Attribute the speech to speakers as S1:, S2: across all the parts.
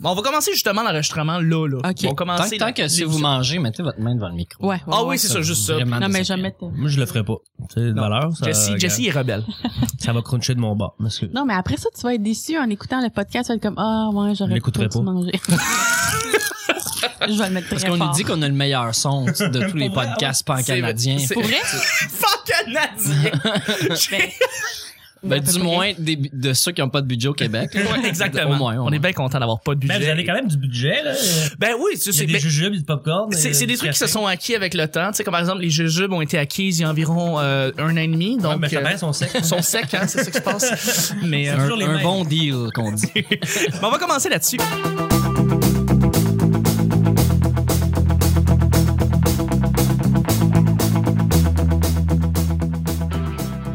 S1: Bon, on va commencer justement l'enregistrement là, là.
S2: Ok.
S1: On va
S3: Tant,
S1: commencer.
S3: tant que si vous mangez, mettez votre main devant le micro.
S2: Ouais, ouais,
S1: Ah
S2: ouais.
S1: oui, c'est ça, juste ça.
S3: Vraiment
S2: Non, mais
S3: discret.
S2: jamais. t'es-
S4: Moi, je le ferai pas. C'est de
S1: Non.
S4: valeur. Ça,
S1: Jesse, Jesse est rebelle.
S4: ça va cruncher de mon bord. Monsieur.
S2: Non, mais après ça, tu vas être déçu en écoutant le podcast. Tu vas être comme, ah, ouais,
S4: Je
S2: j'aurais
S4: l'écouterai
S2: dû
S4: pas.
S2: manger. Je vais le mettre très
S3: Parce qu'on
S2: fort.
S3: nous dit qu'on a le meilleur son tu sais, de tous les podcasts pan-canadiens.
S1: C'est-
S2: Pour vrai?
S1: Fuck canadien.
S3: Ben,
S2: Ouais,
S3: du
S2: c'est
S3: moins, des bu- de ceux qui n'ont pas de budget au Québec.
S1: Ouais, exactement.
S3: Au moins, au
S1: On est
S3: moins.
S1: bien content d'avoir pas de
S4: Mais
S1: budget.
S4: Ben, vous avez quand même du budget, là.
S1: Ben oui, tu
S4: Il y
S1: sais,
S4: a des
S1: ben,
S4: jujubes, du popcorn.
S1: c'est
S4: euh,
S1: c'est des
S4: du
S1: trucs qui se
S4: café.
S1: sont acquis avec le temps. Tu sais, comme par exemple, les jujubes ont été acquises il y a environ euh, un an et demi.
S4: Ouais,
S1: Donc,
S4: mais ça
S1: euh,
S4: paraît, sont secs.
S1: sont secs, hein, c'est ça qui se passe. Mais, euh,
S3: Un,
S4: toujours les
S3: un
S4: mêmes.
S3: bon deal qu'on dit.
S1: mais on va commencer là-dessus.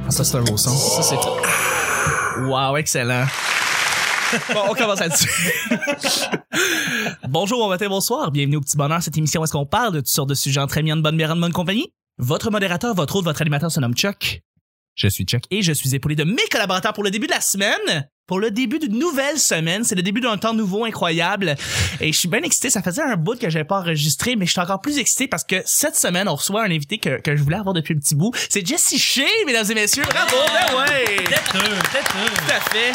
S3: Ah, Ça, c'est un beau son. Ça, c'est tout.
S1: Wow, excellent. Bon, on commence là-dessus. Bonjour, bon matin, bonsoir. Bienvenue au Petit Bonheur, cette émission où est-ce qu'on parle de toutes sortes de sujets entre amis, en bonne bière, en bonne compagnie. Votre modérateur, votre hôte, votre animateur se nomme Chuck. Je suis Chuck. Et je suis épaulé de mes collaborateurs pour le début de la semaine. Pour le début d'une nouvelle semaine. C'est le début d'un temps nouveau incroyable. Et je suis bien excité. Ça faisait un bout que j'avais pas enregistré, mais je suis encore plus excité parce que cette semaine, on reçoit un invité que, que je voulais avoir depuis un petit bout. C'est Jessie Shea, mesdames et messieurs. Bravo! Ben ouais!
S4: Têteux, têteux.
S1: Tout à fait.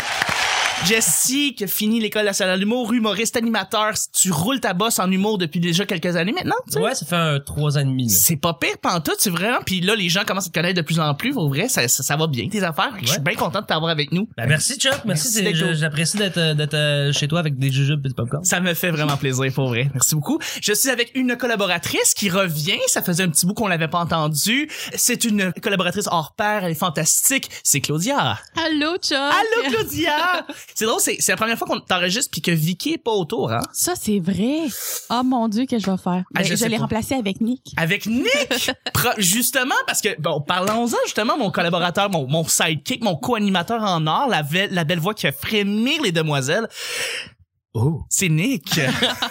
S1: Jessie, qui a fini l'École nationale d'humour, humoriste, animateur, tu roules ta bosse en humour depuis déjà quelques années maintenant, tu sais.
S4: Ouais, ça fait un trois ans et demi, là.
S1: C'est pas pire pantoute, c'est vraiment. Puis là, les gens commencent à te connaître de plus en plus. Pour vrai, ça, ça, ça va bien, tes affaires. Je suis bien content de t'avoir avec nous.
S4: Ben, merci, Chuck. Merci. c'est-
S1: d'être
S4: je-
S1: au-
S4: J'apprécie d'être, euh, d'être euh, chez toi avec des jujubes et du popcorn.
S1: Ça me fait vraiment plaisir, pour vrai. Merci beaucoup. Je suis avec une collaboratrice qui revient. Ça faisait un petit bout qu'on l'avait pas entendue. C'est une collaboratrice hors pair. Elle est fantastique. C'est Claudia.
S2: Allô, Chuck!
S1: Allô, Claudia! c'est drôle, c'est c'est la première fois qu'on t'enregistre puis que Vicky est pas autour, hein?
S2: Ça, c'est vrai. Oh mon Dieu, que je vais faire.
S1: Ah,
S2: Ben,
S1: je
S2: je
S1: sais
S2: l'ai
S1: pas.
S2: remplacé avec Nick.
S1: Avec Nick, Pro- justement, parce que, bon, parlons-en, justement, mon collaborateur, mon, mon sidekick, mon co-animateur en or, la, ve- la belle voix qui a frémir les demoiselles,
S4: Oh.
S1: c'est Nick.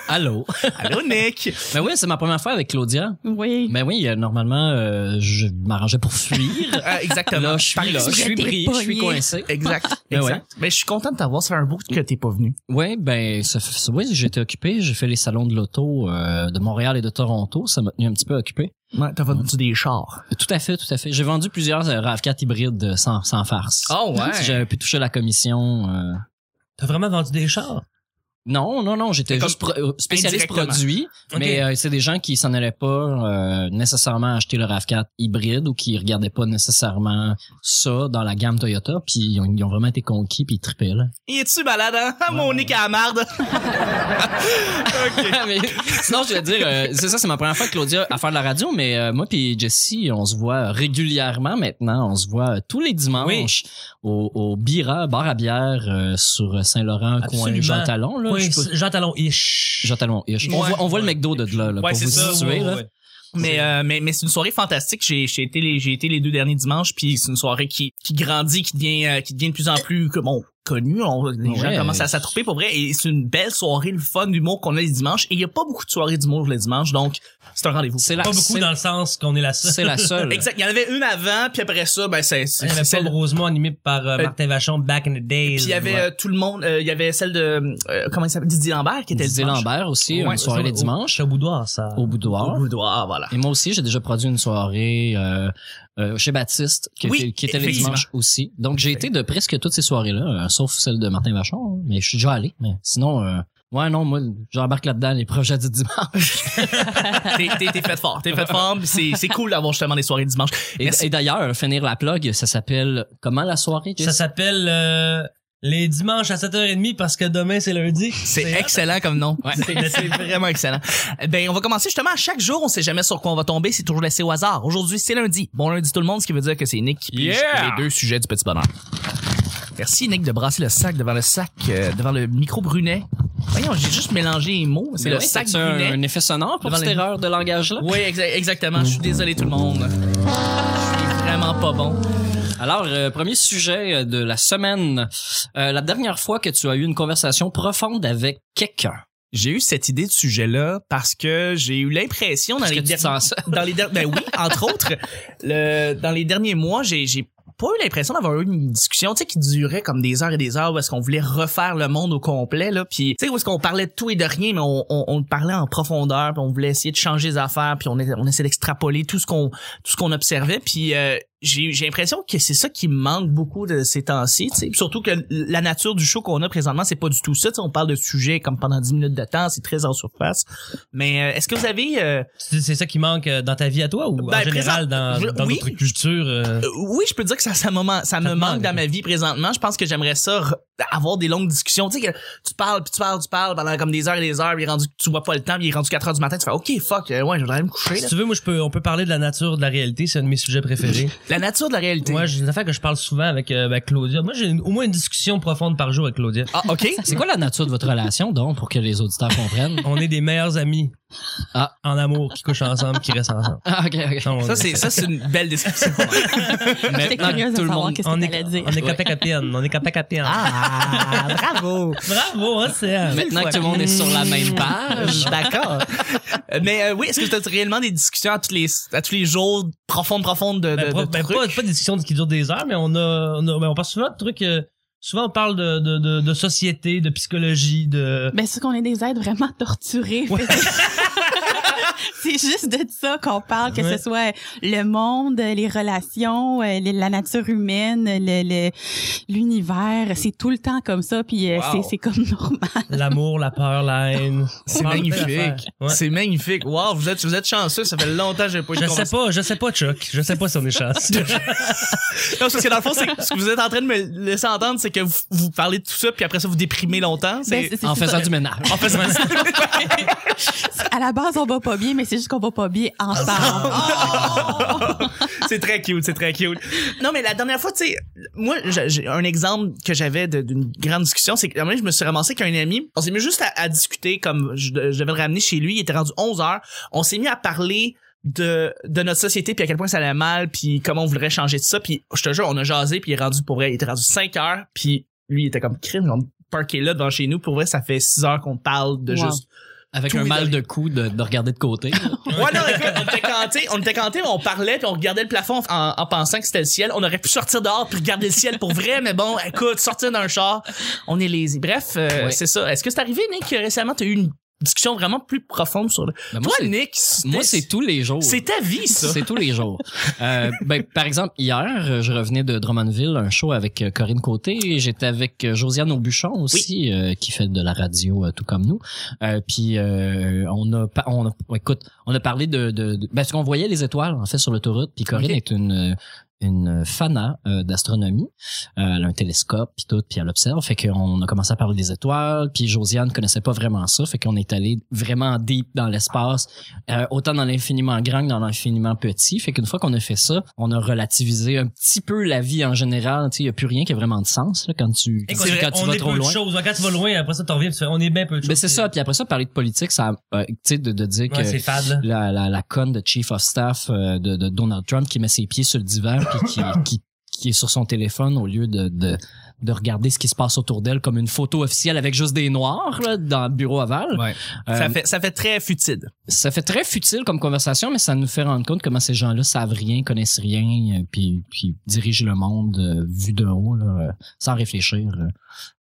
S3: Allô?
S1: Allô, Nick.
S3: Ben oui, c'est ma première fois avec Claudia.
S2: Oui.
S3: Ben oui, euh, normalement, euh, je m'arrangeais pour fuir.
S1: Euh, exactement.
S3: Là, je suis là, je suis
S2: J'étais
S3: pris, je suis
S2: pognée.
S3: coincé.
S1: Exact,
S3: Ben
S1: exact. Mais je suis content de t'avoir, ça fait un bout que t'es pas venu.
S3: Oui, ben, ça, fait- ça- oui, j'étais occupé. J'ai fait les salons de l'auto euh, de Montréal et de Toronto. Ça m'a tenu un petit peu occupé.
S1: Ouais, t'as vendu des chars.
S3: Tout à fait, tout à fait. J'ai vendu plusieurs euh, RAV4 hybrides euh, sans, sans farce.
S1: Oh, ouais.
S3: Si j'avais pu toucher la commission. euh,
S4: T'as vraiment vendu des chars?
S3: Non, non, non. J'étais
S1: Comme
S3: juste pro- euh, spécialiste
S1: indirectement.
S3: produit.
S4: Ok.
S3: Mais euh, c'est des gens qui s'en allaient pas euh, nécessairement acheter le RAV4 hybride ou qui regardaient pas nécessairement ça dans la gamme Toyota. Puis ils ont, ils ont vraiment été conquis puis ils trippaient, là.
S1: Y es-tu malade, hein? Ah, Mon Nick à la marde. OK.
S3: Ah, mais, sinon, je vais dire, euh, c'est ça, c'est ma première fois, Claudia, à faire de la radio, mais euh, moi puis Jessie, on se voit régulièrement maintenant. On se voit euh, tous les dimanches au, au Bira, bar à bière euh, sur Saint-Laurent, coin
S4: Absolument.
S3: Jean Talon. Là,
S4: Oui,
S3: Je peux-
S4: Jean Talon ish.
S3: Jean Talon, ish. On,
S1: Ouais.
S3: voit, on voit le McDo de là, là
S1: Ouais,
S3: pour
S1: c'est
S3: vous
S1: ça,
S3: situer. là.
S1: Mais, euh, mais mais c'est une soirée fantastique. J'ai j'ai été les j'ai été les deux derniers dimanches puis c'est une soirée qui qui grandit, qui devient euh, qui devient de plus en plus que- bon connue. On- les gens
S3: Ouais.
S1: commencent à s'attrouper pour vrai et c'est une belle soirée, le fun d'humour qu'on a les dimanches et il y a pas beaucoup de soirées d'humour les dimanches donc Bah, c'est un rendez-vous.
S3: C'est la,
S4: Pas beaucoup
S3: c'est-
S4: dans le sens qu'on est la seule.
S3: c'est la seule.
S1: Exact, il y en avait une avant puis après ça ben c'est c'est
S4: Il y avait
S1: c'est-
S4: Paul Rosemont animé par euh,
S1: Euh,
S4: Martin Vachon back in the days.
S1: puis il y avait
S4: Ouais.
S1: euh, tout le monde, euh, il y avait celle de euh, comment il s'appelle Didier Lambert qui était le
S3: Didier
S1: dimanche.
S3: Lambert aussi,
S1: Ouais,
S3: une soirée
S4: Ça,
S3: les
S4: au-
S3: dimanches
S4: Au boudoir, ça.
S3: au boudoir.
S1: Au boudoir, voilà.
S3: Et moi aussi, j'ai déjà produit une soirée euh, euh, chez Baptiste, qui,
S1: Oui,
S3: était, qui était les
S1: effectivement.
S3: dimanches aussi. Donc, j'ai été de presque toutes ces soirées-là, euh, sauf celle de Martin Vachon, hein, mais je suis déjà allé. Mais sinon, euh, ouais, non, moi, j'embarque là-dedans les projets du dimanche.
S1: T'es t'es- t'es fait fort, t'es fait fort. puis C'est c'est cool d'avoir justement des soirées dimanche.
S3: Et,
S1: Merci.
S3: et d'ailleurs, finir la plug, ça s'appelle comment la soirée? Jess?
S4: Ça s'appelle euh, les dimanches à 7h30 parce que demain c'est lundi.
S1: C'est excellent comme nom. C'est c'est vraiment excellent. Eh Ben, on va commencer justement à chaque jour. On sait jamais sur quoi on va tomber. C'est toujours laissé au hasard. Aujourd'hui, c'est lundi. Bon lundi tout le monde, ce qui veut dire que c'est Nick qui pige
S3: Yeah!
S1: les deux sujets du petit bonheur. Merci Nick de brasser le sac devant le sac, euh, devant le micro brunet. Voyons, j'ai juste mélangé les mots. Ben C'est
S3: Mais
S1: le
S3: ouais,
S1: sac
S3: c'est un,
S1: brunet.
S3: un effet sonore pour
S1: Devant
S3: cette
S1: les-
S3: erreur de langage-là.
S1: Oui, exa- exactement. Je suis désolé tout le monde. Je suis vraiment pas bon.
S3: Alors, euh, premier sujet euh, de la semaine. Euh, la dernière fois que tu as eu une conversation profonde avec quelqu'un.
S1: J'ai eu cette idée de sujet-là parce que j'ai eu l'impression dans
S3: Est-ce
S1: les
S3: que tu te
S1: derniers
S3: sens ça?
S1: dans les der- ben oui, entre autres, le, dans les derniers mois, j'ai, j'ai pas eu l'impression d'avoir eu une discussion, tu sais, qui durait comme des heures et des heures où est-ce qu'on voulait refaire le monde au complet, là, puis tu sais, où est-ce qu'on parlait de tout et de rien, mais on, on, on le parlait en profondeur, puis on voulait essayer de changer les affaires, puis on, est- on essayait d'extrapoler tout ce qu'on tout ce qu'on observait, puis euh, j'ai j'ai l'impression que c'est ça qui me manque beaucoup de ces temps-ci, tu sais, puis surtout que la nature du show qu'on a présentement, c'est pas du tout ça, tu sais, on parle de sujets comme pendant 10 minutes de temps, c'est très en surface, mais euh, est-ce que vous avez... euh,
S4: C'est c'est ça qui manque euh, dans ta vie à toi ou
S1: Ben,
S4: en
S1: présent-
S4: général dans,
S1: je-
S4: dans
S1: oui.
S4: notre culture? euh,
S1: Euh, oui, je peux dire que ça, ça, me man- ça me
S4: te
S1: manque
S4: manque,
S1: dans
S4: ok.
S1: ma vie présentement. Je pense que j'aimerais ça re- avoir des longues discussions. Tu sais, que tu parles, puis tu parles, tu parles pendant comme des heures et des heures, puis il est rendu, tu vois pas le temps, puis il est rendu 4 heures du matin, tu fais OK, fuck, euh, ouais, je voudrais aller me coucher.
S4: si
S1: là.
S4: tu veux, moi, je peux, on peut parler de la nature de la réalité. C'est un de mes sujets préférés.
S1: La nature de la réalité.
S4: Moi, j'ai une affaire que je parle souvent avec, euh, avec Claudia. Moi, j'ai une- au moins une discussion profonde par jour avec Claudia.
S1: Ah, OK.
S3: C'est quoi la nature de votre relation, donc, pour que les auditeurs comprennent?
S4: On est des meilleurs amis
S3: Ah.
S4: en amour qui couchent ensemble, qui restent ensemble.
S3: ah, ok, ok.
S4: Non, on
S1: Ça,
S4: est-
S1: c'est, ça, c'est une belle description.
S2: J'étais
S3: Maintenant,
S2: curieuse de
S3: tout le
S2: savoir
S3: monde-
S2: qu'est-ce que
S4: on
S2: t'allais
S4: est,
S2: dire.
S4: on est capacatienne, on est capacatienne.
S1: ah, bravo.
S4: Bravo, hein, c'est... euh,
S3: Maintenant que tout le monde est sur la même page.
S1: D'accord. Mais euh, oui, est-ce que tu as réellement des discussions à, tous les, à tous les jours profondes, profondes de, de,
S4: Ben,
S1: de
S4: pas, ben,
S1: trucs?
S4: pas, pas des discussions qui durent des heures, mais on a, on, a- ben, on parle souvent de trucs. euh, souvent, on parle de, de, de, de société, de psychologie, de.
S2: Ben, c'est qu'on est des êtres vraiment torturés.
S4: Ouais.
S2: C'est juste de ça qu'on parle, que
S4: Ouais.
S2: ce soit le monde, les relations, euh, le- la nature humaine, le- le- l'univers. c'est tout le temps comme ça, puis euh,
S1: Wow.
S2: c'est- c'est comme normal.
S4: L'amour, la peur, la haine.
S1: C'est
S4: On parle de plein
S1: magnifique.
S4: d'affaires. Ouais.
S1: C'est magnifique. Wow, vous êtes, vous êtes chanceux. Ça fait longtemps que j'ai pas eu de
S4: Je sais
S1: conversation.
S4: pas, je sais pas, Chuck. Je sais pas si on est chanceux.
S1: Non, parce que dans le fond, c'est que ce que vous êtes en train de me laisser entendre, c'est que vous, vous parlez de tout ça, puis après ça, vous déprimez longtemps.
S2: Ben,
S1: C'est
S2: c'est- c'est-
S3: En
S2: c'est
S3: faisant
S2: ça.
S3: du ménage.
S1: en faisant ça.
S2: À la base, on va pas bien, mais c'est juste qu'on va pas bien ensemble.
S1: c'est très cute, c'est très cute. Non, mais la dernière fois, tu sais, moi, j'ai j'ai un exemple que j'avais de- d'une grande discussion, c'est que à un moment, je me suis ramassé avec un ami. On s'est mis juste à, à discuter, comme je, de- je devais le ramener chez lui, il était rendu 11 heures. On s'est mis à parler de, de notre société, puis à quel point ça allait mal, puis comment on voudrait changer de ça. Puis je te jure, on a jasé, puis il est rendu, pour vrai, il était rendu 5 heures, puis lui, il était comme crime, genre parké là devant chez nous. Pour vrai, ça fait 6 heures qu'on parle de
S2: Wow.
S1: juste
S3: Avec
S1: Tous
S3: un
S1: les
S3: mal
S1: amis.
S3: de cou de, de regarder de côté.
S1: Ouais, non, écoute, on était cantés, on était cantés, mais on parlait, puis on regardait le plafond en, en pensant que c'était le ciel. On aurait pu sortir dehors puis regarder le ciel pour vrai, mais bon, écoute, sortir d'un char, on est lazy. Bref, euh,
S3: Ouais.
S1: c'est ça. Est-ce que c'est arrivé, Nick, que récemment, t'as eu une discussion vraiment plus profonde sur le...
S3: Ben, moi,
S1: Toi,
S3: c'est-
S1: Nick, c'était-
S3: moi, c'est tous les jours.
S1: C'est ta vie, ça.
S3: C'est tous les jours. Euh, ben, par exemple, hier, euh, je revenais de Drummondville, un show avec euh, Corinne Côté. et J'étais avec euh, Josiane Aubuchon aussi, euh, qui fait de la radio euh, tout comme nous. Euh, puis euh, on a, pa- on a- ouais, écoute, on a parlé de, de, de- parce qu'on voyait les étoiles en fait sur l'autoroute. Puis Corinne
S1: Ok.
S3: est une euh, une fana euh, d'astronomie. Euh, elle a un télescope puis tout, puis elle observe. Fait qu'on a commencé à parler des étoiles. Puis Josiane connaissait pas vraiment ça. Fait qu'on est allé vraiment deep dans l'espace, euh, autant dans l'infiniment grand que dans l'infiniment petit. Fait qu'une fois qu'on a fait ça, on a relativisé un petit peu la vie en général. Tu sais, y a plus rien qui a vraiment de sens là, quand tu quand, tu- quand tu
S4: on
S3: vas
S4: est
S3: trop
S4: peu de
S3: loin.
S4: choses. Quand tu vas loin, Ben, après ça, tu reviens, tu fais, on est bien peu de choses.
S3: Mais c'est ça. Puis après ça, parler de politique, ça, euh, tu sais, de, de dire
S4: Ouais,
S3: que
S4: c'est fade,
S3: la,
S4: là.
S3: la, la conne de chief of staff euh, de, de Donald Trump qui met ses pieds sur le divan puis qui, qui, qui est sur son téléphone au lieu de, de, de regarder ce qui se passe autour d'elle comme une photo officielle avec juste des noirs là, dans le bureau aval.
S1: Ouais.
S3: Euh,
S1: Ça fait, ça fait très futile.
S3: ça fait très futile comme conversation, mais ça nous fait rendre compte comment ces gens-là savent rien, connaissent rien, euh, puis, puis dirigent le monde euh, vu de haut, là, euh, sans réfléchir, euh,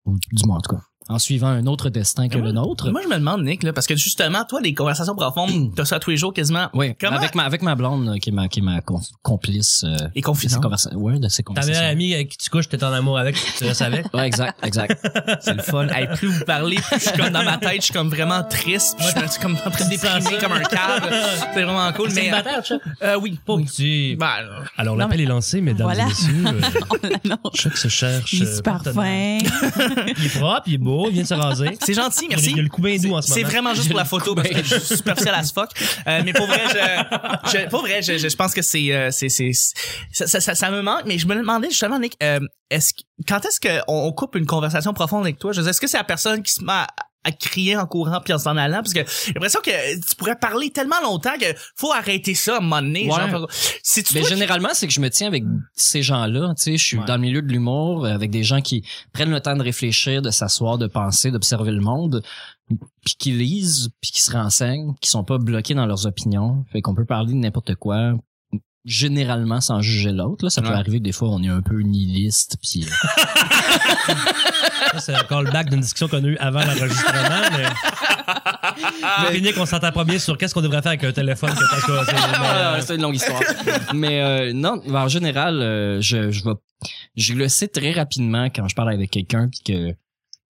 S3: ou du moins en tout cas, en suivant un autre destin que
S1: Ouais.
S3: le nôtre.
S1: Moi, je me demande, Nick, là, parce que justement, toi, des conversations profondes, t'as ça tous les jours quasiment.
S3: Oui,
S1: Comment-
S3: avec ma, avec ma blonde euh, qui est ma, qui est ma com- complice. euh,
S1: Et
S3: de ces
S1: confident.
S3: conversa- ouais, de ces
S4: Ta meilleure
S3: conversations.
S4: amie avec qui tu couches, t'es en amour avec, tu le savais.
S3: Ouais, exact, exact.
S1: C'est le fun. Hey, plus vous parlez, plus je suis comme dans ma tête, je suis comme vraiment triste, puis je suis comme en train de déprimer comme un câble. C'est vraiment cool,
S4: C'est
S1: mais.
S4: une bataille, Chuck.
S1: Euh, oui.
S4: Pas
S1: oui.
S4: petit.
S1: Ben,
S4: Alors,
S2: Non,
S4: l'appel est lancé, mesdames
S2: Voilà.
S4: et messieurs. Euh,
S2: On l'annonce.
S4: Chuck se cherche.
S2: Il est
S4: euh,
S2: super
S4: partenaire.
S2: fin.
S4: Il est propre, il est beau, il vient de se raser.
S1: C'est gentil, merci.
S4: Il a le cou bien doux en ce
S1: C'est
S4: moment.
S1: vraiment juste pour la photo parce que je suis superficiel à ce fuck. Euh, mais pour vrai, je, je- pour vrai, je, je- je pense que c'est, euh, c'est, c'est, c'est- ça, ça, ça, ça me manque. Mais je me demandais justement, Nick, euh, est-ce, que- quand est-ce qu'on on coupe une conversation profonde avec toi Je veux dire, est-ce que c'est la personne qui se met à, à crier en courant puis en s'en allant Parce que j'ai l'impression que tu pourrais parler tellement longtemps que faut arrêter ça à un moment donné.
S3: Ouais.
S1: Genre, si tu
S3: Mais généralement, c'est que je me tiens avec ces gens-là. Tu sais, je suis
S1: Ouais.
S3: dans le milieu de l'humour, euh, avec des gens qui prennent le temps de réfléchir, de s'asseoir, de penser, d'observer le monde, puis qui lisent, puis qui se renseignent, qui sont pas bloqués dans leurs opinions. Fait qu'on peut parler de n'importe quoi, généralement sans juger l'autre. Là, ça peut
S1: Ouais.
S3: arriver que des fois on est un peu nihiliste puis euh,
S4: Ça, c'est un callback d'une discussion qu'on a eue avant l'enregistrement, mais. Dominique, on s'entend pas bien sur qu'est-ce qu'on devrait faire avec un téléphone que t'as causé.
S3: Ah, c'est une longue histoire. Mais euh, non, en général, euh, je, je, vais- je le sais très rapidement quand je parle avec quelqu'un puis que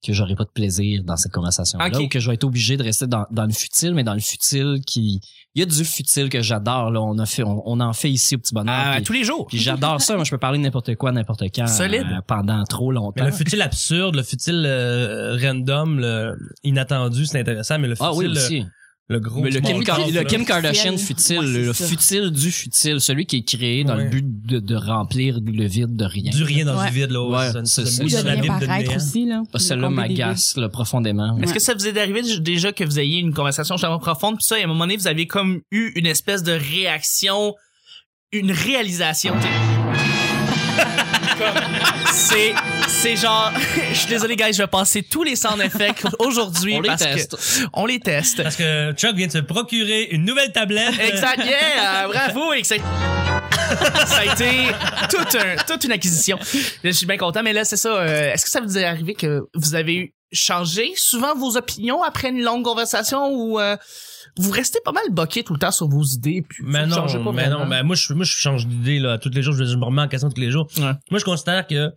S3: que j'aurai pas de plaisir dans cette conversation-là
S1: Ok.
S3: ou que je vais être obligé de rester dans, dans le futile, mais dans le futile qui... Il y a du futile que j'adore. là. On, a fait- on, on en fait ici au Petit Bonheur.
S1: Ah,
S3: puis-
S1: tous les jours.
S3: puis j'adore ça. Moi, je peux parler de n'importe quoi, n'importe quand.
S1: Solide.
S3: euh, pendant trop
S4: Mais
S3: longtemps.
S4: le futile absurde, le futile euh, random, le inattendu, c'est intéressant, mais le futile,
S3: ah oui, aussi.
S4: le, le gros.
S3: Mais le,
S4: small
S3: Kim, Kar-
S4: talk,
S3: le
S4: là.
S3: Kim Kardashian
S2: Officiel.
S3: futile,
S2: Ouais, c'est
S3: le
S2: ça.
S3: futile du futile, celui qui est créé dans
S4: Ouais.
S3: le but de, de remplir le vide de rien.
S4: Du rien dans
S2: Ouais.
S4: du vide, là.
S3: Ouais,
S4: une-
S3: c'est-
S4: une-
S3: c'est-
S2: Ou
S4: une-
S2: de
S3: la
S2: rien
S4: abîme de
S2: paraître
S4: néant.
S2: aussi, là.
S3: Ah, Celle-là
S2: Compter des
S3: m'agace là, profondément.
S1: Est-ce
S2: Ouais.
S1: que ça vous est arrivé déjà que vous ayez une conversation extrêmement profonde, puis ça, et à un moment donné, vous avez comme eu une espèce de réaction, une réalisation, tu sais. Comme, c'est, c'est genre, je suis désolé, guys, je vais passer tous les sound effects aujourd'hui
S3: On les
S1: parce
S3: teste.
S1: que on les teste.
S4: Parce que Chuck vient de se procurer une nouvelle tablette.
S1: Exact, yeah, euh, bravo, et que c'est- ça a été toute, un- toute une acquisition. Je suis bien content, mais là, c'est ça. euh, Est-ce que ça vous est arrivé que vous avez eu- changé souvent vos opinions après une longue conversation ou euh, vous restez pas mal boqué tout le temps sur vos idées? Puis
S4: Mais
S1: vous
S4: non,
S1: changez pas
S4: mais
S1: vraiment?
S4: non, mais moi je, moi je change d'idée là tous les jours, je, je me remets en question tous les jours.
S1: Ouais.
S4: Moi je considère que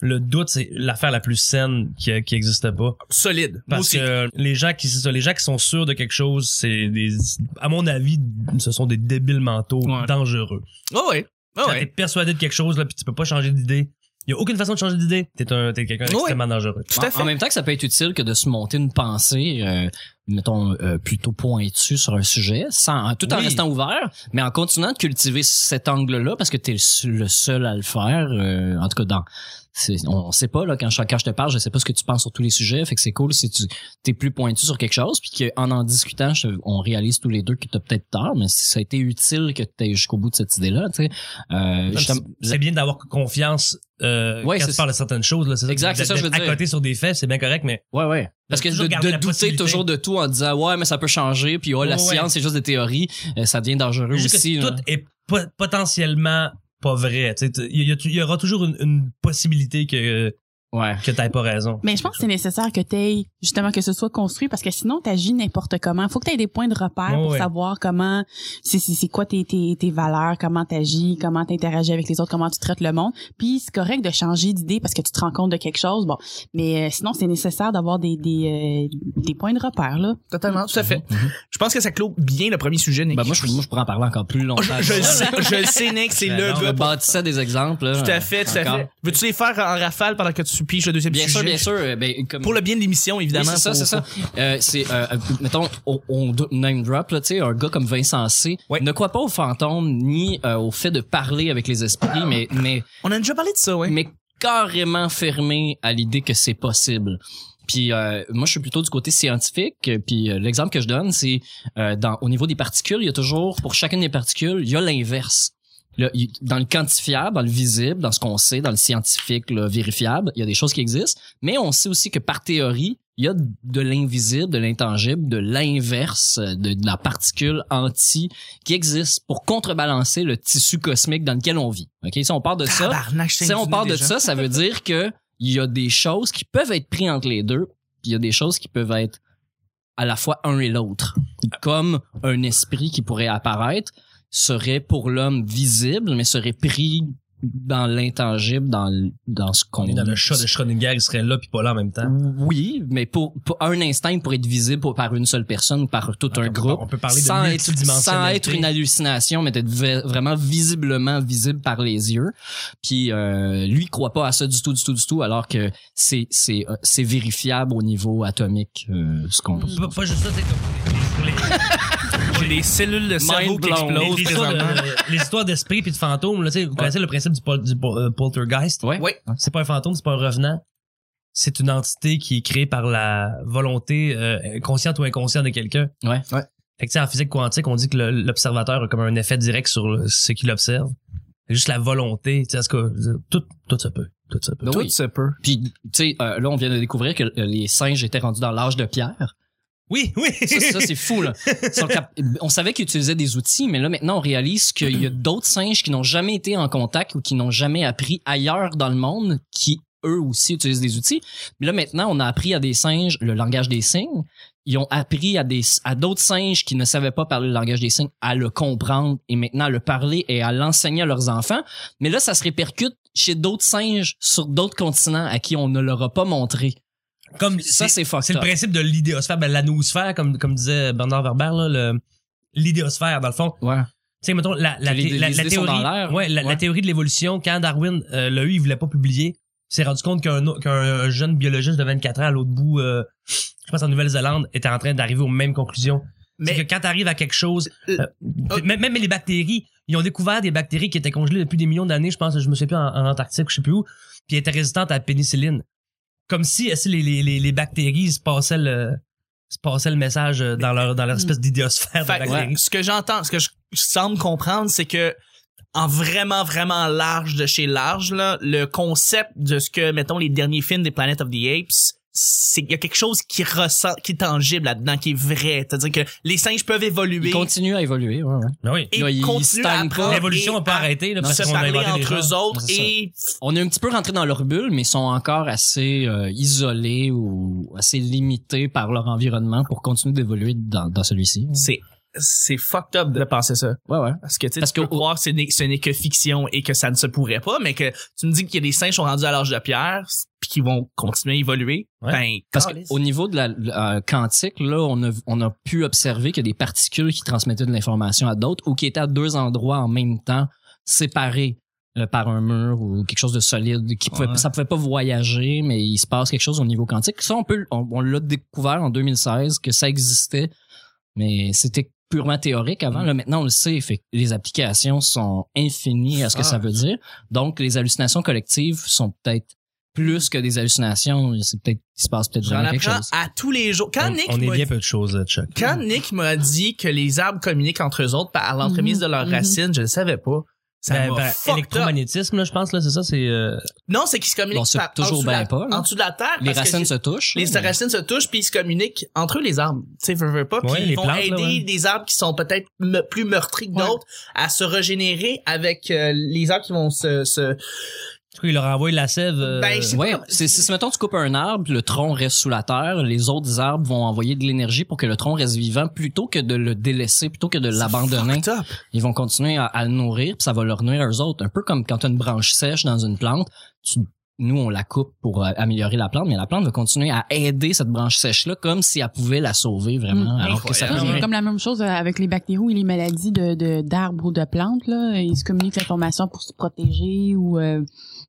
S4: le doute c'est l'affaire la plus saine qui qui existe pas
S1: Solide. Moi
S4: parce
S1: aussi.
S4: que les gens qui c'est ça, les gens qui sont sûrs de quelque chose, c'est des à mon avis, ce sont des débiles mentaux
S1: Ouais.
S4: dangereux.
S1: Oh ouais. Oh
S4: Quand t'es
S1: ouais.
S4: persuadé de quelque chose là puis tu peux pas changer d'idée, il y a aucune façon de changer d'idée, t'es un t'es quelqu'un
S1: Ouais.
S4: d'extrêmement dangereux.
S1: Tout à fait.
S3: En même temps que ça peut être utile que de se monter une pensée, euh, mettons, euh, plutôt pointue sur un sujet, sans, tout en
S4: Oui.
S3: restant ouvert, mais en continuant de cultiver cet angle-là, parce que t'es le seul- le seul à le faire, euh, en tout cas, dans, c'est- on sait pas, là, quand je, quand je te parle, je sais pas ce que tu penses sur tous les sujets, fait que c'est cool si tu t'es plus pointu sur quelque chose, puis qu'en en discutant, je- on réalise tous les deux que t'as peut-être tort, mais ça a été utile que t'aies jusqu'au bout de cette idée-là, tu sais. Euh,
S4: C'est c'est bien d'avoir confiance euh,
S3: Ouais,
S4: quand
S3: c'est
S4: tu parles de certaines choses là, c'est ça.
S3: Exact,
S4: d'être-
S3: c'est ça que je veux
S4: d'être
S3: dire.
S4: À côté sur des faits, c'est bien correct, mais
S3: Ouais, ouais. Parce que
S4: Toujours
S3: de,
S4: garder
S3: de
S4: la
S3: douter
S4: possibilité.
S3: toujours de tout en disant ouais mais ça peut changer puis ouais, la
S4: Ouais, ouais.
S3: science c'est juste des théories euh, ça devient dangereux
S4: Juste que
S3: aussi là.
S4: tout est po- potentiellement pas vrai. Tu sais, tu- Il y, a- il y aura toujours une, une possibilité que,
S3: ouais
S4: que t'aies pas raison.
S2: Mais je pense que c'est nécessaire que tu justement que ce soit construit parce que sinon tu agis n'importe comment. Faut que tu aies des points de repère
S4: Ouais,
S2: pour
S4: ouais.
S2: savoir comment c'est c'est c'est quoi tes, tes tes valeurs, comment tu agis, comment tu interagis avec les autres, comment tu traites le monde. Puis c'est correct de changer d'idée parce que tu te rends compte de quelque chose. Bon, mais euh, sinon c'est nécessaire d'avoir des des, euh, des points de repère là.
S1: Totalement, tout à fait.
S4: Mhm,
S1: Je pense que ça clôt bien le premier sujet, Nick.
S3: Ben, moi je moi, je pourrais en parler encore plus
S1: Oh,
S3: longtemps
S1: je, je le sais, je le sais, Nick, c'est
S4: Ben
S1: le
S4: non,
S1: gars
S3: on
S1: pour-
S3: bâtissait des exemples là,
S1: Tout à fait, tout à
S3: encore.
S1: fait. Veux-tu les faire en rafale pendant que tu piges le deuxième
S3: bien
S1: sujet?
S3: sûr bien sûr euh, ben, comme-
S1: Pour le bien de l'émission, évidemment.
S3: Oui, c'est ça,
S1: faut-
S3: c'est ça. Euh, c'est, euh, euh, mettons, on, on do- name drop, là, tu sais, un gars comme Vincent C.
S1: Ouais.
S3: Ne croit pas aux fantômes ni euh, au fait de parler avec les esprits, mais, mais
S1: On a déjà parlé de ça, ouais.
S3: mais carrément fermé à l'idée que c'est possible. Puis euh, moi, je suis plutôt du côté scientifique. euh, Puis euh, l'exemple que je donne, c'est euh, dans au niveau des particules, il y a toujours pour chacune des particules, il y a l'inverse. Là, il- dans le quantifiable, dans le visible, dans ce qu'on sait, dans le scientifique, là, vérifiable, il y a des choses qui existent. Mais on sait aussi que par théorie, il y a de l'invisible, de l'intangible, de l'inverse, euh, de, de la particule anti qui existe pour contrebalancer le tissu cosmique dans lequel on vit. Ok, si on part de ça,
S1: Tabarnak, je sais
S3: si
S1: que
S3: on
S1: tu
S3: part
S1: venais
S3: de
S1: déjà.
S3: ça, ça veut dire que il y a des choses qui peuvent être prises entre les deux, puis il y a des choses qui peuvent être à la fois un et l'autre. Comme un esprit qui pourrait apparaître serait pour l'homme visible, mais serait pris dans l'intangible, dans, l- dans ce qu'on...
S4: On est dans le chat de Schrödinger, il serait là puis pas là en même temps.
S3: Oui, mais pour, pour un instinct, pour être visible pour- par une seule personne, par tout un
S4: on,
S3: groupe,
S4: On peut parler
S3: sans,
S4: de
S3: être, sans
S4: multidimensionnalité.
S3: être une hallucination, mais d'être ve- vraiment visiblement visible par les yeux. Puis euh, lui il croit pas à ça du tout, du tout, du tout, alors que c'est c'est euh, c'est vérifiable au niveau atomique euh, ce qu'on.
S4: Pas, pas juste ça, c'est comme les,
S1: J'ai des cellules de cerveau qui
S3: blown.
S4: les- les-
S1: explosent
S4: les histoires
S1: présentement.
S4: de- euh, les histoires d'esprit puis de fantômes, là, tu sais, vous connaissez le principe du, pol- du pol- euh, poltergeist.
S3: Ouais.
S1: Ouais.
S4: C'est pas un fantôme, c'est pas un revenant. C'est une entité qui est créée par la volonté euh, consciente ou inconsciente de quelqu'un.
S3: Ouais.
S1: Ouais.
S4: Fait que, tu sais, en physique quantique, on dit que le- l'observateur a comme un effet direct sur le- ce qu'il observe. C'est Juste la volonté, tu sais, en tout cas, tout, tout ça peut. Tout ça peut.
S3: Ben oui.
S1: Tout se peut.
S3: Puis tu sais, euh, là on vient de découvrir que euh, les singes étaient rendus dans l'âge de pierre.
S4: Oui, oui.
S3: Ça, ça, c'est fou, là. Sur le cap- On savait qu'ils utilisaient des outils, mais là, maintenant, on réalise qu'il y a d'autres singes qui n'ont jamais été en contact ou qui n'ont jamais appris ailleurs dans le monde qui, eux aussi, utilisent des outils. Mais là, maintenant, on a appris à des singes le langage des signes. Ils ont appris à des à d'autres singes qui ne savaient pas parler le langage des signes à le comprendre et maintenant à le parler et à l'enseigner à leurs enfants. Mais là, ça se répercute chez d'autres singes sur d'autres continents à qui on ne leur a pas montré.
S4: Comme
S3: Ça, c'est fucked
S4: C'est le
S3: up.
S4: principe de l'idéosphère, ben, l'anosphère, comme, comme disait Bernard Werber, là, le- l'idéosphère, dans le fond.
S3: Ouais.
S4: Tu sais, mettons, la, la,
S3: Les-
S4: thé-
S3: les
S4: la-
S3: idées
S4: la
S3: sont dans
S4: théorie,
S3: l'air.
S4: ouais, la, la
S3: Ouais.
S4: théorie de l'évolution, quand Darwin euh, l'a eu, il voulait pas publier, s'est rendu compte qu'un au- qu'un jeune biologiste de 24 ans à l'autre bout, euh, je pense en Nouvelle-Zélande, était en train d'arriver aux mêmes conclusions.
S1: Mais-
S4: Mais que quand t'arrives à quelque chose,
S1: Euh,
S4: euh, même, même les bactéries, ils ont découvert des bactéries qui étaient congelées depuis des millions d'années, je pense, je me sais plus, en, en Antarctique, je sais plus où, puis étaient résistantes à la pénicilline. Comme si, euh, si les, les, les, les bactéries se passaient le, se passaient le message euh, dans leur, dans leur espèce d'idéosphère. de
S1: mm. Fait que,
S4: bactéries.
S1: Ce que j'entends, ce que je semble comprendre, c'est que en vraiment, vraiment large de chez large, là, le concept de ce que, mettons, les derniers films des Planet of the Apes, c'est qu'il y a quelque chose qui ressent, qui est tangible là-dedans, qui est vrai. C'est-à-dire que les singes peuvent évoluer
S3: Ils continuent à évoluer. ouais, ouais.
S4: Ben oui.
S1: et
S3: Là, ils
S1: continuent à
S3: stagnent pas.
S1: apprendre
S4: L'évolution
S1: et
S4: n'a pas
S1: à
S4: arrêté là, parce
S1: se
S4: qu'on a
S1: parler
S4: inventé
S1: entre
S4: des gens.
S1: eux autres
S3: C'est ça.
S1: et
S3: on est un petit peu rentré dans leur bulle, mais ils sont encore assez euh, isolés ou assez limités par leur environnement pour continuer d'évoluer dans, dans celui-ci.
S1: c'est c'est fucked up de penser ça
S3: Ouais, ouais.
S1: parce que tu sais,
S3: Parce
S1: tu peux
S3: que-
S1: croire que ce n'est- ce n'est que fiction et que ça ne se pourrait pas mais que tu me dis qu'il y a des singes qui sont rendus à l'âge de pierre puis qui vont continuer à évoluer
S4: Ouais.
S1: ben
S3: Parce
S1: câlisse.
S3: qu'au niveau de la la, euh, quantique, là, on a, on a pu observer qu'il y a des particules qui transmettaient de l'information à d'autres ou qui étaient à deux endroits en même temps, séparés euh, par un mur ou quelque chose de solide qui pouvait,
S1: Ouais.
S3: ça pouvait pas voyager mais il se passe quelque chose au niveau quantique ça on peut on, on l'a découvert en 2016 que ça existait mais c'était purement théorique
S1: Mm.
S3: avant là maintenant on le sait fait que les applications sont infinies à ce que
S1: Ah.
S3: ça veut dire donc les hallucinations collectives sont peut-être plus que des hallucinations c'est peut-être il se passe peut-être
S1: J'en
S3: vraiment quelque
S1: apprends
S3: chose
S1: à tous les jours. Quand
S4: On,
S1: Nick
S4: on est
S1: m'a-
S4: bien peu de choses, euh, Chuck.
S1: quand Nick m'a dit que les arbres communiquent entre eux autres par l'entremise de leurs
S2: Mhm.
S1: racines, je ne savais pas. Ça
S4: Ben,
S1: m'a
S4: ben,
S1: fucked up.
S4: électromagnétisme, là, je pense, là, c'est ça, c'est. euh,
S1: Non, c'est qu'ils se communiquent
S3: On sait
S1: par-
S3: toujours
S1: en, dessous
S3: ben
S1: de la,
S3: pas, là.
S1: en dessous de la terre.
S3: les
S1: parce que
S3: racines
S1: c'est-
S3: se touchent
S1: les
S3: là, mais-
S1: racines se touchent puis ils se communiquent entre eux les arbres. Tu sais, veux, veux pas. Puis
S4: Ouais,
S1: ils
S4: les
S1: vont
S4: plantes, là,
S1: aider
S4: ouais.
S1: des arbres qui sont peut-être me- plus meurtris que
S2: Ouais.
S1: d'autres à se régénérer avec euh, les arbres qui vont se. se...
S4: En tout cas, il leur envoie la sève. euh,
S1: Ben, je sais
S3: Ouais,
S1: pas comment-
S3: c'est si si, mettons tu coupes un arbre, le tronc reste sous la terre, les autres arbres vont envoyer de l'énergie pour que le tronc reste vivant plutôt que de le délaisser, plutôt que de l'abandonner.
S1: Fucked up.
S3: Ils vont continuer à, à le nourrir, puis ça va leur nuire à eux autres, un peu comme quand tu une branche sèche dans une plante, tu- nous on la coupe pour euh, améliorer la plante, mais la plante va continuer à aider cette branche sèche là comme si elle pouvait la sauver vraiment,
S2: Mm.
S3: alors que ça
S1: Hmm. Incroyable.
S3: peut
S2: C'est
S1: ouais.
S2: comme la même chose euh, avec les bactéries ou les maladies de de- d'arbres ou de plantes là, ils se communiquent l'information pour se protéger ou euh,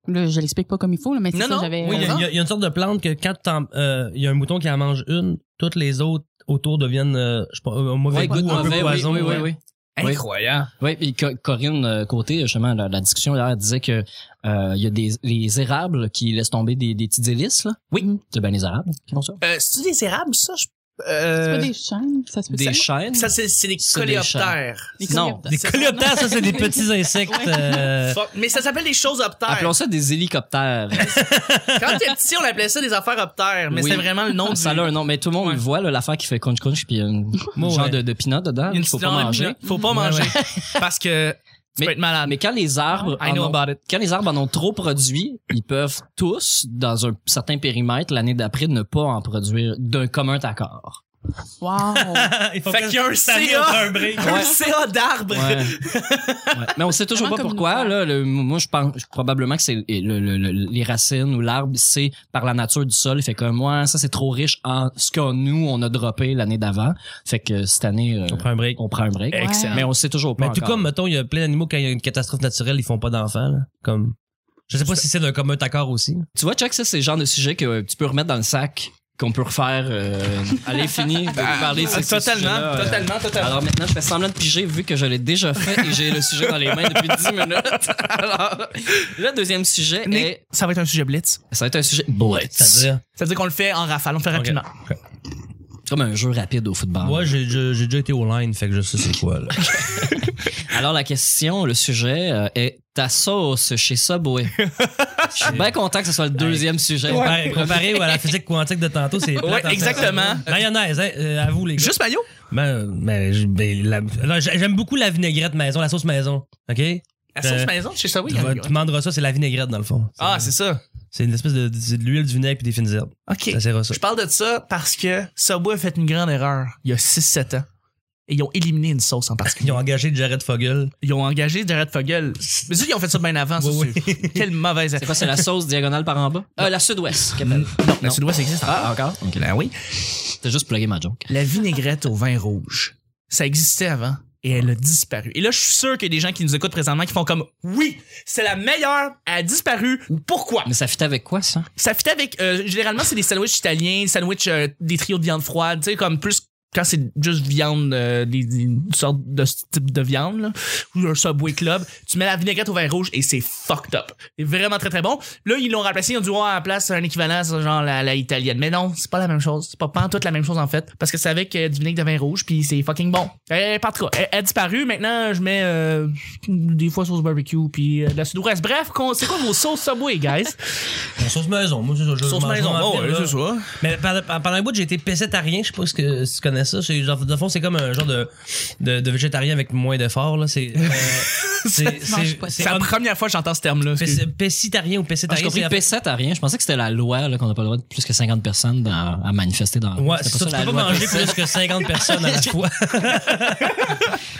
S2: là je l'explique pas comme il faut là, mais c'est
S1: Non,
S2: ça
S1: non,
S2: j'avais euh,
S4: Oui, il y, a- il y a- il y a une sorte de plante que quand t'en- euh, il y a un mouton qui en mange une, toutes les autres autour deviennent, euh, je sais pas, un mauvais
S3: Ouais,
S4: goût,
S3: goûte
S4: un peu
S3: mauvais, oui,
S4: poison.
S3: oui, oui,
S4: ouais.
S3: oui. Oui.
S1: Incroyable.
S3: Oui, puis Co- Corinne euh, Côté, justement, la, la discussion là, elle disait que euh, il y a des les érables qui laissent tomber des, des petites hélices, là. Mm-hmm.
S2: Oui.
S3: C'est bien les érables qui font ça.
S1: Euh, C'est des érables ça. Je...
S2: C'est
S1: Euh,
S2: pas des chaînes, ça se peut
S3: Des chaînes.
S1: Ça c'est c'est des
S3: C'est des
S1: coléoptères.
S2: Des
S3: non.
S2: coléoptères.
S4: Des coléoptères, ça, c'est des petits insectes. euh,
S1: Fuck. Mais ça s'appelle des choses optères.
S3: Appelons ça des hélicoptères.
S1: Quand t'es petit, on appelait ça des affaires optères, mais
S3: Oui. Ah,
S1: c'est vraiment le nom du...
S3: ça a un nom, mais tout le monde le voit, là, l'affaire qui fait crunch crunch puis il y a une-
S4: Ouais,
S3: un genre
S4: ouais.
S3: de, de pinot dedans
S1: Une
S3: qu'il faut
S1: petite-
S3: pas manger.
S1: Faut pas manger. Parce que tu
S3: Mais-
S1: peux être malade.
S3: Mais quand les arbres,
S1: Ah, I
S3: en
S1: know
S3: ont-
S1: about it.
S3: quand les arbres en ont trop produit, ils peuvent tous, dans un certain périmètre, l'année d'après, ne pas en produire d'un commun accord.
S2: Wow.
S4: il faut
S1: Fait
S4: que
S1: qu'il y a un
S4: ça
S1: CA.
S4: vienne d'un break.
S1: Un
S3: Ouais.
S1: CA d'arbre.
S3: Ouais. Ouais. Mais on sait toujours
S2: Vraiment
S3: pas pourquoi. Là, le, moi, je pense je- probablement que c'est le- le- le- les racines ou l'arbre, c'est par la nature du sol. Fait que moi, ça, c'est trop riche en ce que nous, on a droppé l'année d'avant. Fait que cette année, euh,
S4: On prend un break.
S3: on prend un break.
S2: Excellent.
S3: Mais on sait toujours pas
S4: Mais tout
S3: encore.
S4: comme, mettons, il y a plein d'animaux, quand il y a une catastrophe naturelle, ils font pas d'enfants, là. Comme. Je sais pas si c'est d'un commun accord aussi.
S3: Tu vois, Chuck, ça, c'est le genre de sujet que euh, tu peux remettre dans le sac, qu'on peut refaire euh, à l'infini, de parler de ce- ce
S1: Ah, Totalement,
S3: sujet-là, euh.
S1: totalement, totalement.
S3: Alors maintenant, je fais semblant de piger vu que je l'ai déjà fait et j'ai le sujet dans les mains depuis 10 minutes. Alors, le deuxième sujet
S1: Nick,
S3: est...
S1: ça va être un sujet blitz.
S3: Ça va être un sujet... Blitz.
S4: C'est-à-dire.
S1: Ça veut dire qu'on le fait en rafale, on le fait
S4: Ok.
S1: rapidement.
S3: Tu comme un jeu rapide au football.
S4: Moi, j'ai j'ai- j'ai déjà été au line, fait que je sais c'est quoi. Là.
S3: Alors, la question, le sujet euh, est ta sauce chez Subway. Je suis bien content que ce soit le deuxième sujet.
S4: Ouais, comparé à la physique quantique de tantôt, c'est. plate
S1: Ouais,
S4: en fait.
S1: exactement.
S4: Mayonnaise, hein, euh, à vous, les gars.
S1: Juste maillot?
S4: Ben, ben, j- ben, la- non, j- j'aime beaucoup la vinaigrette maison, la sauce maison. OK?
S1: La sauce
S4: Euh,
S1: maison de chez Subway?
S4: tu, vas- tu demanderas ça, c'est la vinaigrette dans le fond.
S1: Ah, c'est ça.
S4: C'est une espèce de, c'est de l'huile, du vinaigre puis des fines herbes.
S1: OK.
S4: Ça sert à ça.
S1: Je parle de ça parce que Subway a fait une grande erreur il y a 6-7 ans. Et ils ont éliminé une sauce en particulier.
S4: Ils ont engagé Jared Fogel.
S1: Ils ont engagé Jared Fogel. Mais eux, ils ont fait ça bien avant. ça,
S4: Oui,
S1: c'est- Quelle mauvaise
S3: C'est quoi, c'est la sauce diagonale par en bas? Euh, la sud-ouest. qu'elle appelle.
S1: Non, le sud-ouest existe.
S3: Ah, encore? Ok.
S1: Ben oui.
S3: T'as juste plugué ma joke.
S1: La vinaigrette au vin rouge, ça existait avant et elle a disparu. Et là, je suis sûr qu'il y a des gens qui nous écoutent présentement qui font comme oui, c'est la meilleure, elle a disparu ou pourquoi.
S3: Mais ça fit avec quoi, ça?
S4: Ben,
S1: Ça fit avec euh, généralement c'est des sandwichs italiens, des sandwichs euh, des trios de viande froide, tu sais comme plus quand c'est juste viande euh, des, des- une sorte de ce type de viande là, ou un Subway club, tu mets la vinaigrette au vin rouge et c'est fucked up. C'est vraiment très très bon. Là, ils l'ont remplacé, ils ont dû avoir à la place un équivalent c'est genre la, la italienne. Mais non, c'est pas la même chose, c'est pas pas en toute la même chose en fait parce que c'est avec euh, du vinaigre de vin rouge puis c'est fucking bon. Eh pas trop. Elle elle a disparu, maintenant je mets euh, des fois sauce barbecue puis euh, de la sud-ouest. Bref, qu'on- c'est quoi vos sauces Subway, guys
S4: Bon, sauce maison, moi, c'est ça. je- je mange ça en ville, là.
S1: ça. hein.
S4: Mais pendant, pendant un bout, j'ai été pécétarien, je sais pas si que- si tu connais ça. C'est, genre, de fond, c'est comme un genre de, de, de végétarien avec moins d'efforts, là. C'est. euh, c'est,
S2: se mange pas,
S1: C'est la première fois que j'entends ce terme-là.
S4: Pes- Pescitarien ou
S3: Ah, j'ai
S4: pescétarien,
S3: compris
S4: c'est-
S3: P7 à rien. Je pensais que c'était la loi là, qu'on n'a pas le droit de plus que 50 personnes dans- à manifester dans la rue.
S4: Ouais,
S3: C'était
S4: c'est ça, tu peux pas
S3: loi
S4: manger
S3: P7.
S4: plus que 50 personnes à la fois.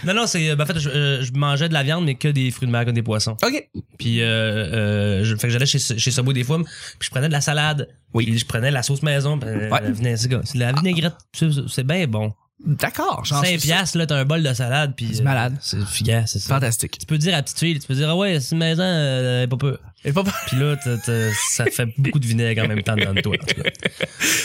S4: non, non, c'est. ben, en fait, je, euh, je mangeais de la viande, mais que des fruits de mer, que des poissons.
S1: OK.
S4: Puis, euh, euh, je, fait que j'allais chez, chez Subway des fois, puis je prenais de la salade.
S1: Oui.
S4: Puis je prenais de la sauce maison. puis, euh,
S1: Ouais.
S4: la vina- c'est, c'est de la vinaigrette. C'est, c'est bien bon.
S1: D'accord, j'en
S4: 5
S1: suis sûr.
S4: piastres, là, t'as un bol de salade, puis.
S1: C'est
S4: euh,
S1: malade.
S4: C'est figasse, c'est ça.
S1: Fantastique.
S4: Tu peux dire à la petite fille, tu peux dire, ah ouais, c'est une maison, euh, elle est pas peu.
S1: Et pas
S4: Puis là, t'as- t'as- ça te fait beaucoup de vinaigre en même temps dans toi. en tout cas.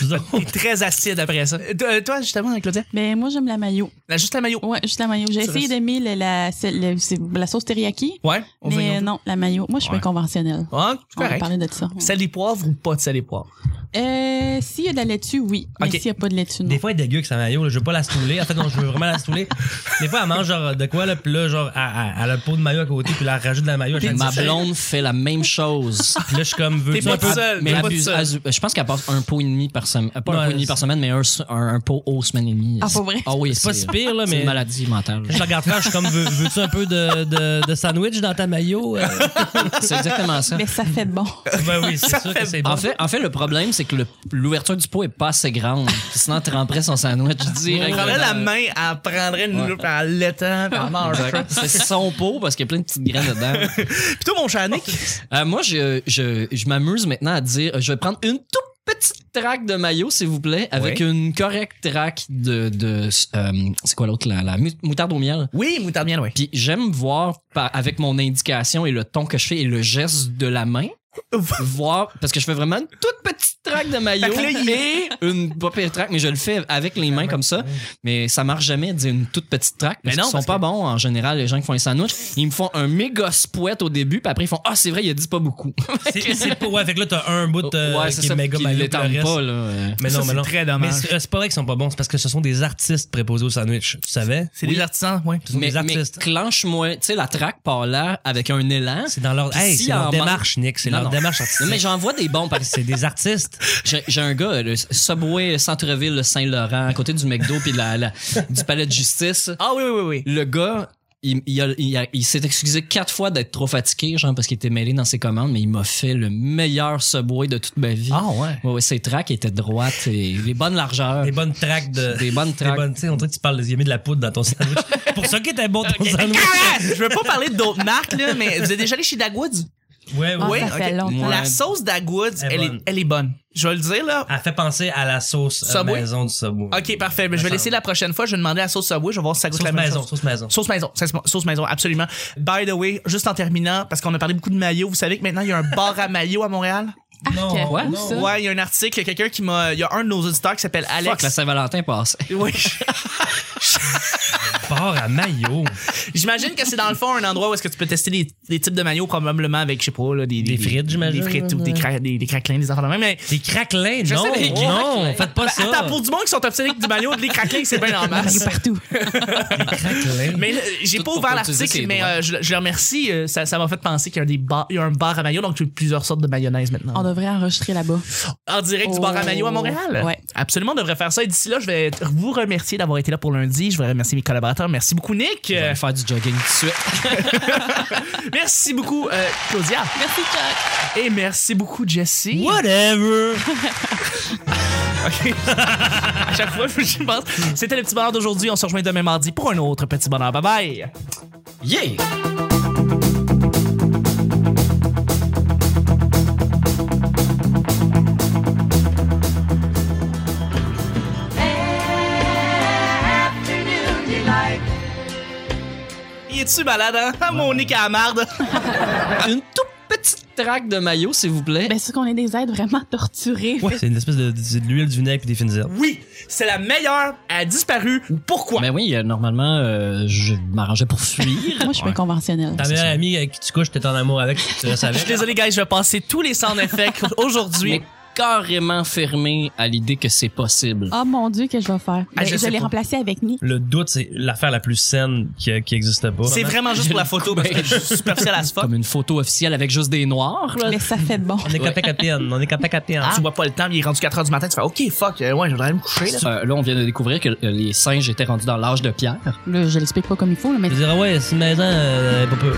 S4: Vous autres,
S1: très acide après ça. Euh, toi- Toi, justement, Claudia,
S2: Mais Ben, moi, j'aime la mayo.
S1: là, juste la maillot.
S2: Ouais, juste la mayo. J'ai
S1: Tu
S2: essayé
S1: restes-
S2: d'aimer le- la, c'est- le- c'est- la sauce teriyaki,
S1: Ouais. On
S2: mais
S1: vient-
S2: non, la mayo. Moi, je suis
S1: Ouais.
S2: bien conventionnelle.
S1: Ouais, c'est
S2: On va
S1: correct.
S2: parler de ça. ouais.
S1: Sel et poivre ou pas de sel et poivre?
S2: Euh, s'il y a de la laitue, oui.
S1: Ok.
S2: Mais s'il n'y a pas de laitue, non.
S4: Des fois, elle est dégueu avec sa maillot. là. Je veux pas la stouler. En fait, non, je veux vraiment la stouler. Des fois, elle mange genre de quoi, là, puis là, genre, elle, elle- elle a le pot de maillot à côté, puis là, elle rajoute de la maillot à chaque
S3: Ma
S4: fois.
S3: blonde fait la même chose.
S4: Puis là, je suis comme, veux
S1: T'es pas tout seul.
S3: Mais
S1: t'es
S3: elle
S1: pas tout
S3: abuse-
S1: seul.
S3: elle- je pense qu'elle passe un pot et demi par semaine. euh, Pas
S4: Ouais,
S3: un pot et demi
S4: c'est-
S3: par semaine, mais un, se- un, un pot aux semaine et demie.
S2: Ah, pas vrai?
S3: Ah oui,
S4: C'est pas si pire, là,
S3: c'est
S4: mais.
S3: une maladie mentale.
S4: Je la regarde faire, je suis comme, veux- veux-tu un peu de, de, de sandwich dans ta maillot? Euh,
S3: c'est exactement ça.
S2: Mais ça fait de bon.
S4: Ben oui, c'est sûr que c'est bon.
S3: En fait, en fait, le problème, c'est que le- l'ouverture du pot est pas assez grande. Puis Sinon, tu remplis son sandwich
S1: Elle
S3: direct.
S1: prendrait la
S3: dedans.
S1: main, elle prendrait une loupe, elle l'étend, puis elle mange.
S3: Exact. C'est son pot parce qu'il y a plein de petites graines dedans.
S1: Puis toi, mon cher Nick,
S3: Euh, moi, je, je, je m'amuse maintenant à dire euh, je vais prendre une toute petite traque de maillot, s'il vous plaît, avec une correcte traque de. de euh, c'est quoi l'autre La, la mou- moutarde au miel.
S1: oui, moutarde bien, oui.
S3: Puis j'aime voir par- avec mon indication et le ton que je fais et le geste de la main. voir parce que je fais vraiment une toute petite traque de maillot
S1: Fait que là, il-
S3: et une pas pire traque mais je le fais avec les mains comme ça mais ça marche jamais de dire une toute petite traque parce
S1: Mais non,
S3: qu'ils sont
S1: parce
S3: pas
S1: que-
S3: bons en général les gens qui font les sandwichs ils me font un méga spouette au début puis après ils font ah c'est vrai il a dit pas beaucoup
S4: C'est- c'est pas. Ouais, fait que là, t'as un bout euh,
S3: ouais c'est
S4: qui
S3: ça
S4: est
S3: puis
S4: méga
S3: qu'ils
S4: maillot. puis le
S3: l'étendent
S4: reste-
S3: pas là euh.
S4: Mais
S1: Ça,
S4: non,
S1: c'est
S4: mais non.
S1: très
S4: Mais
S1: dommage.
S4: c'est c'est pas vrai qu'ils sont pas bons, c'est parce que ce sont des artistes préposés au sandwich. Tu savais?
S1: C'est
S3: Oui.
S1: des artisans, ouais.
S4: Ce sont
S3: mais,
S4: des
S3: mais
S4: artistes.
S3: clenche-moi tu sais la traque par là avec un élan
S4: C'est dans leur.
S3: Puis
S4: Hey,
S3: si
S4: c'est leur
S3: en-
S4: démarche, Nick. C'est
S3: Non,
S4: leur
S3: non.
S4: démarche
S3: Non, mais
S4: artistique.
S3: j'en vois des bons par
S4: C'est des artistes.
S3: J'ai j'ai un gars, le Subway Centre-Ville le Saint-Laurent, à côté du McDo puis de la- la- du Palais de Justice.
S1: Ah oui, oui, oui.
S3: Le gars, il, il a- il a- il s'est excusé quatre fois d'être trop fatigué, genre parce qu'il était mêlé dans ses commandes, mais il m'a fait le meilleur Subway de toute ma vie.
S1: Ah ouais.
S3: Ouais, ouais, ses tracks étaient droites et les bonnes largeurs.
S4: Des bonnes tracks de.
S3: Des bonnes
S4: Des
S3: tracks.
S4: bonnes- tu sais, on dirait que tu parles, il y a mis de la poudre dans ton sandwich. Pour ça qu'il était bon ton sandwich.
S1: Je veux pas parler d'autres marques, là, mais vous êtes déjà allé chez Dagwoods?
S4: Ouais, ouais.
S2: Ah,
S1: Oui,
S2: ça fait
S1: ok.
S2: longtemps.
S1: La sauce d'Agwoods,
S4: Elle est
S1: elle est,
S4: bonne.
S1: elle est bonne. Je vais le dire, là.
S4: Elle fait penser à la sauce euh,
S1: Subway?
S4: maison du Subway.
S1: Ok, parfait. Mais je vais
S4: Attends.
S1: laisser la prochaine fois. Je vais demander à Sauce Subway. Je vais voir si ça goûte
S4: Sauce
S1: la même
S4: maison,
S1: chose.
S4: sauce maison.
S1: Sauce maison, sauce sauce maison, absolument. By the way, juste en terminant, parce qu'on a parlé beaucoup de maillots, vous savez que maintenant il y a un bar à maillots à Montréal?
S2: Arc,
S4: Non,
S2: ouais,
S4: non.
S2: ça.
S1: Ouais, il y a un article, il y a quelqu'un qui m'a. Il y a un de nos auditeurs qui s'appelle
S3: Fuck, la
S1: Alex.
S3: Saint-Valentin passe.
S1: Oui. je-
S4: Port à maillot.
S1: J'imagine que c'est dans le fond un endroit où est-ce que tu peux tester les, les types de maillots probablement avec, je sais pas, là, des,
S4: Des frites, j'imagine.
S1: Des frites ou des, cra des, des craquelins, des affaires de même. Mais
S4: Des craquelins,
S1: Je
S4: non,
S1: sais, des
S4: non,
S1: craquelins.
S4: faites pas ça.
S1: attends, pour du monde qui sont obsédés avec du maillot, de les craquelins, c'est bien en
S2: Il
S1: masse.
S2: est partout.
S4: Des craquelins.
S1: Mais euh, j'ai
S3: Tout
S1: pas
S3: pour
S1: ouvert
S3: pas utiliser
S1: l'article,
S3: ses
S1: mais
S3: doigts.
S1: euh, je, je le remercie. euh, ça ça m'a fait penser qu'il y, a des bars- il y a un bar à maillot, donc il y a plusieurs sortes de mayonnaise
S2: On
S1: maintenant.
S2: devrait enregistrer là-bas.
S1: En direct du bar à maillot à Montréal.
S2: Ouais.
S1: Absolument, on devrait faire ça. Et d'ici là, je vais t- vous remercier d'avoir été là pour lundi. Je voudrais remercier mes collaborateurs. Merci beaucoup, Nick.
S3: Je
S1: Euh,
S3: vais faire du jogging tout de suite.
S1: merci beaucoup, euh, Claudia.
S2: Merci, Chuck.
S1: Et merci beaucoup, Jessie.
S4: Whatever.
S1: OK. à chaque fois, je pense. C'était le petit bonheur d'aujourd'hui. On se rejoint demain mardi pour un autre petit bonheur. Bye bye.
S3: Yeah!
S1: Y es-tu malade, hein? Ah, mon nez à la marde.
S3: Une toute petite traque de maillot, s'il vous plaît.
S2: Ben, c'est qu'on est des êtres vraiment torturés.
S4: Ouais, c'est une espèce de, c'est de l'huile, du vinaigre puis des fines herbes.
S1: Oui, c'est la meilleure. Elle a disparu. Pourquoi?
S3: Mais oui, euh, normalement, euh, je m'arrangeais pour fuir.
S2: Moi, je suis bien conventionnelle.
S4: Ta meilleure amie avec qui tu couches, t'es en amour avec, tu le
S1: Je
S4: savais.
S1: suis désolé, guys, je vais passer tous les sound effects aujourd'hui.
S3: Mais carrément fermé à l'idée que c'est possible.
S2: Oh mon Dieu, que je vais faire.
S1: Ah,
S2: Ben,
S1: je
S2: je
S1: sais
S2: l'ai
S1: pas.
S2: remplacé avec Nick.
S4: Le doute, c'est l'affaire la plus saine qui, qui existe pas.
S1: C'est vraiment juste pour la photo parce que je suis superficiel à ce fuck.
S3: Comme une photo officielle avec juste des noirs, là.
S2: Mais ça fait de bon.
S4: On est capacapéenne, on est capacapéenne.
S1: Tu vois pas le temps, mais il est rendu 4 h du matin, tu fais OK, fuck, euh, ouais, je voudrais aller me coucher. Là.
S3: Euh, là, on vient de découvrir que euh, les singes étaient rendus dans l'âge de pierre.
S2: Là, je l'explique pas comme il faut, là, mais
S4: Je dirais, ouais, c'est une maison, euh, pas peu.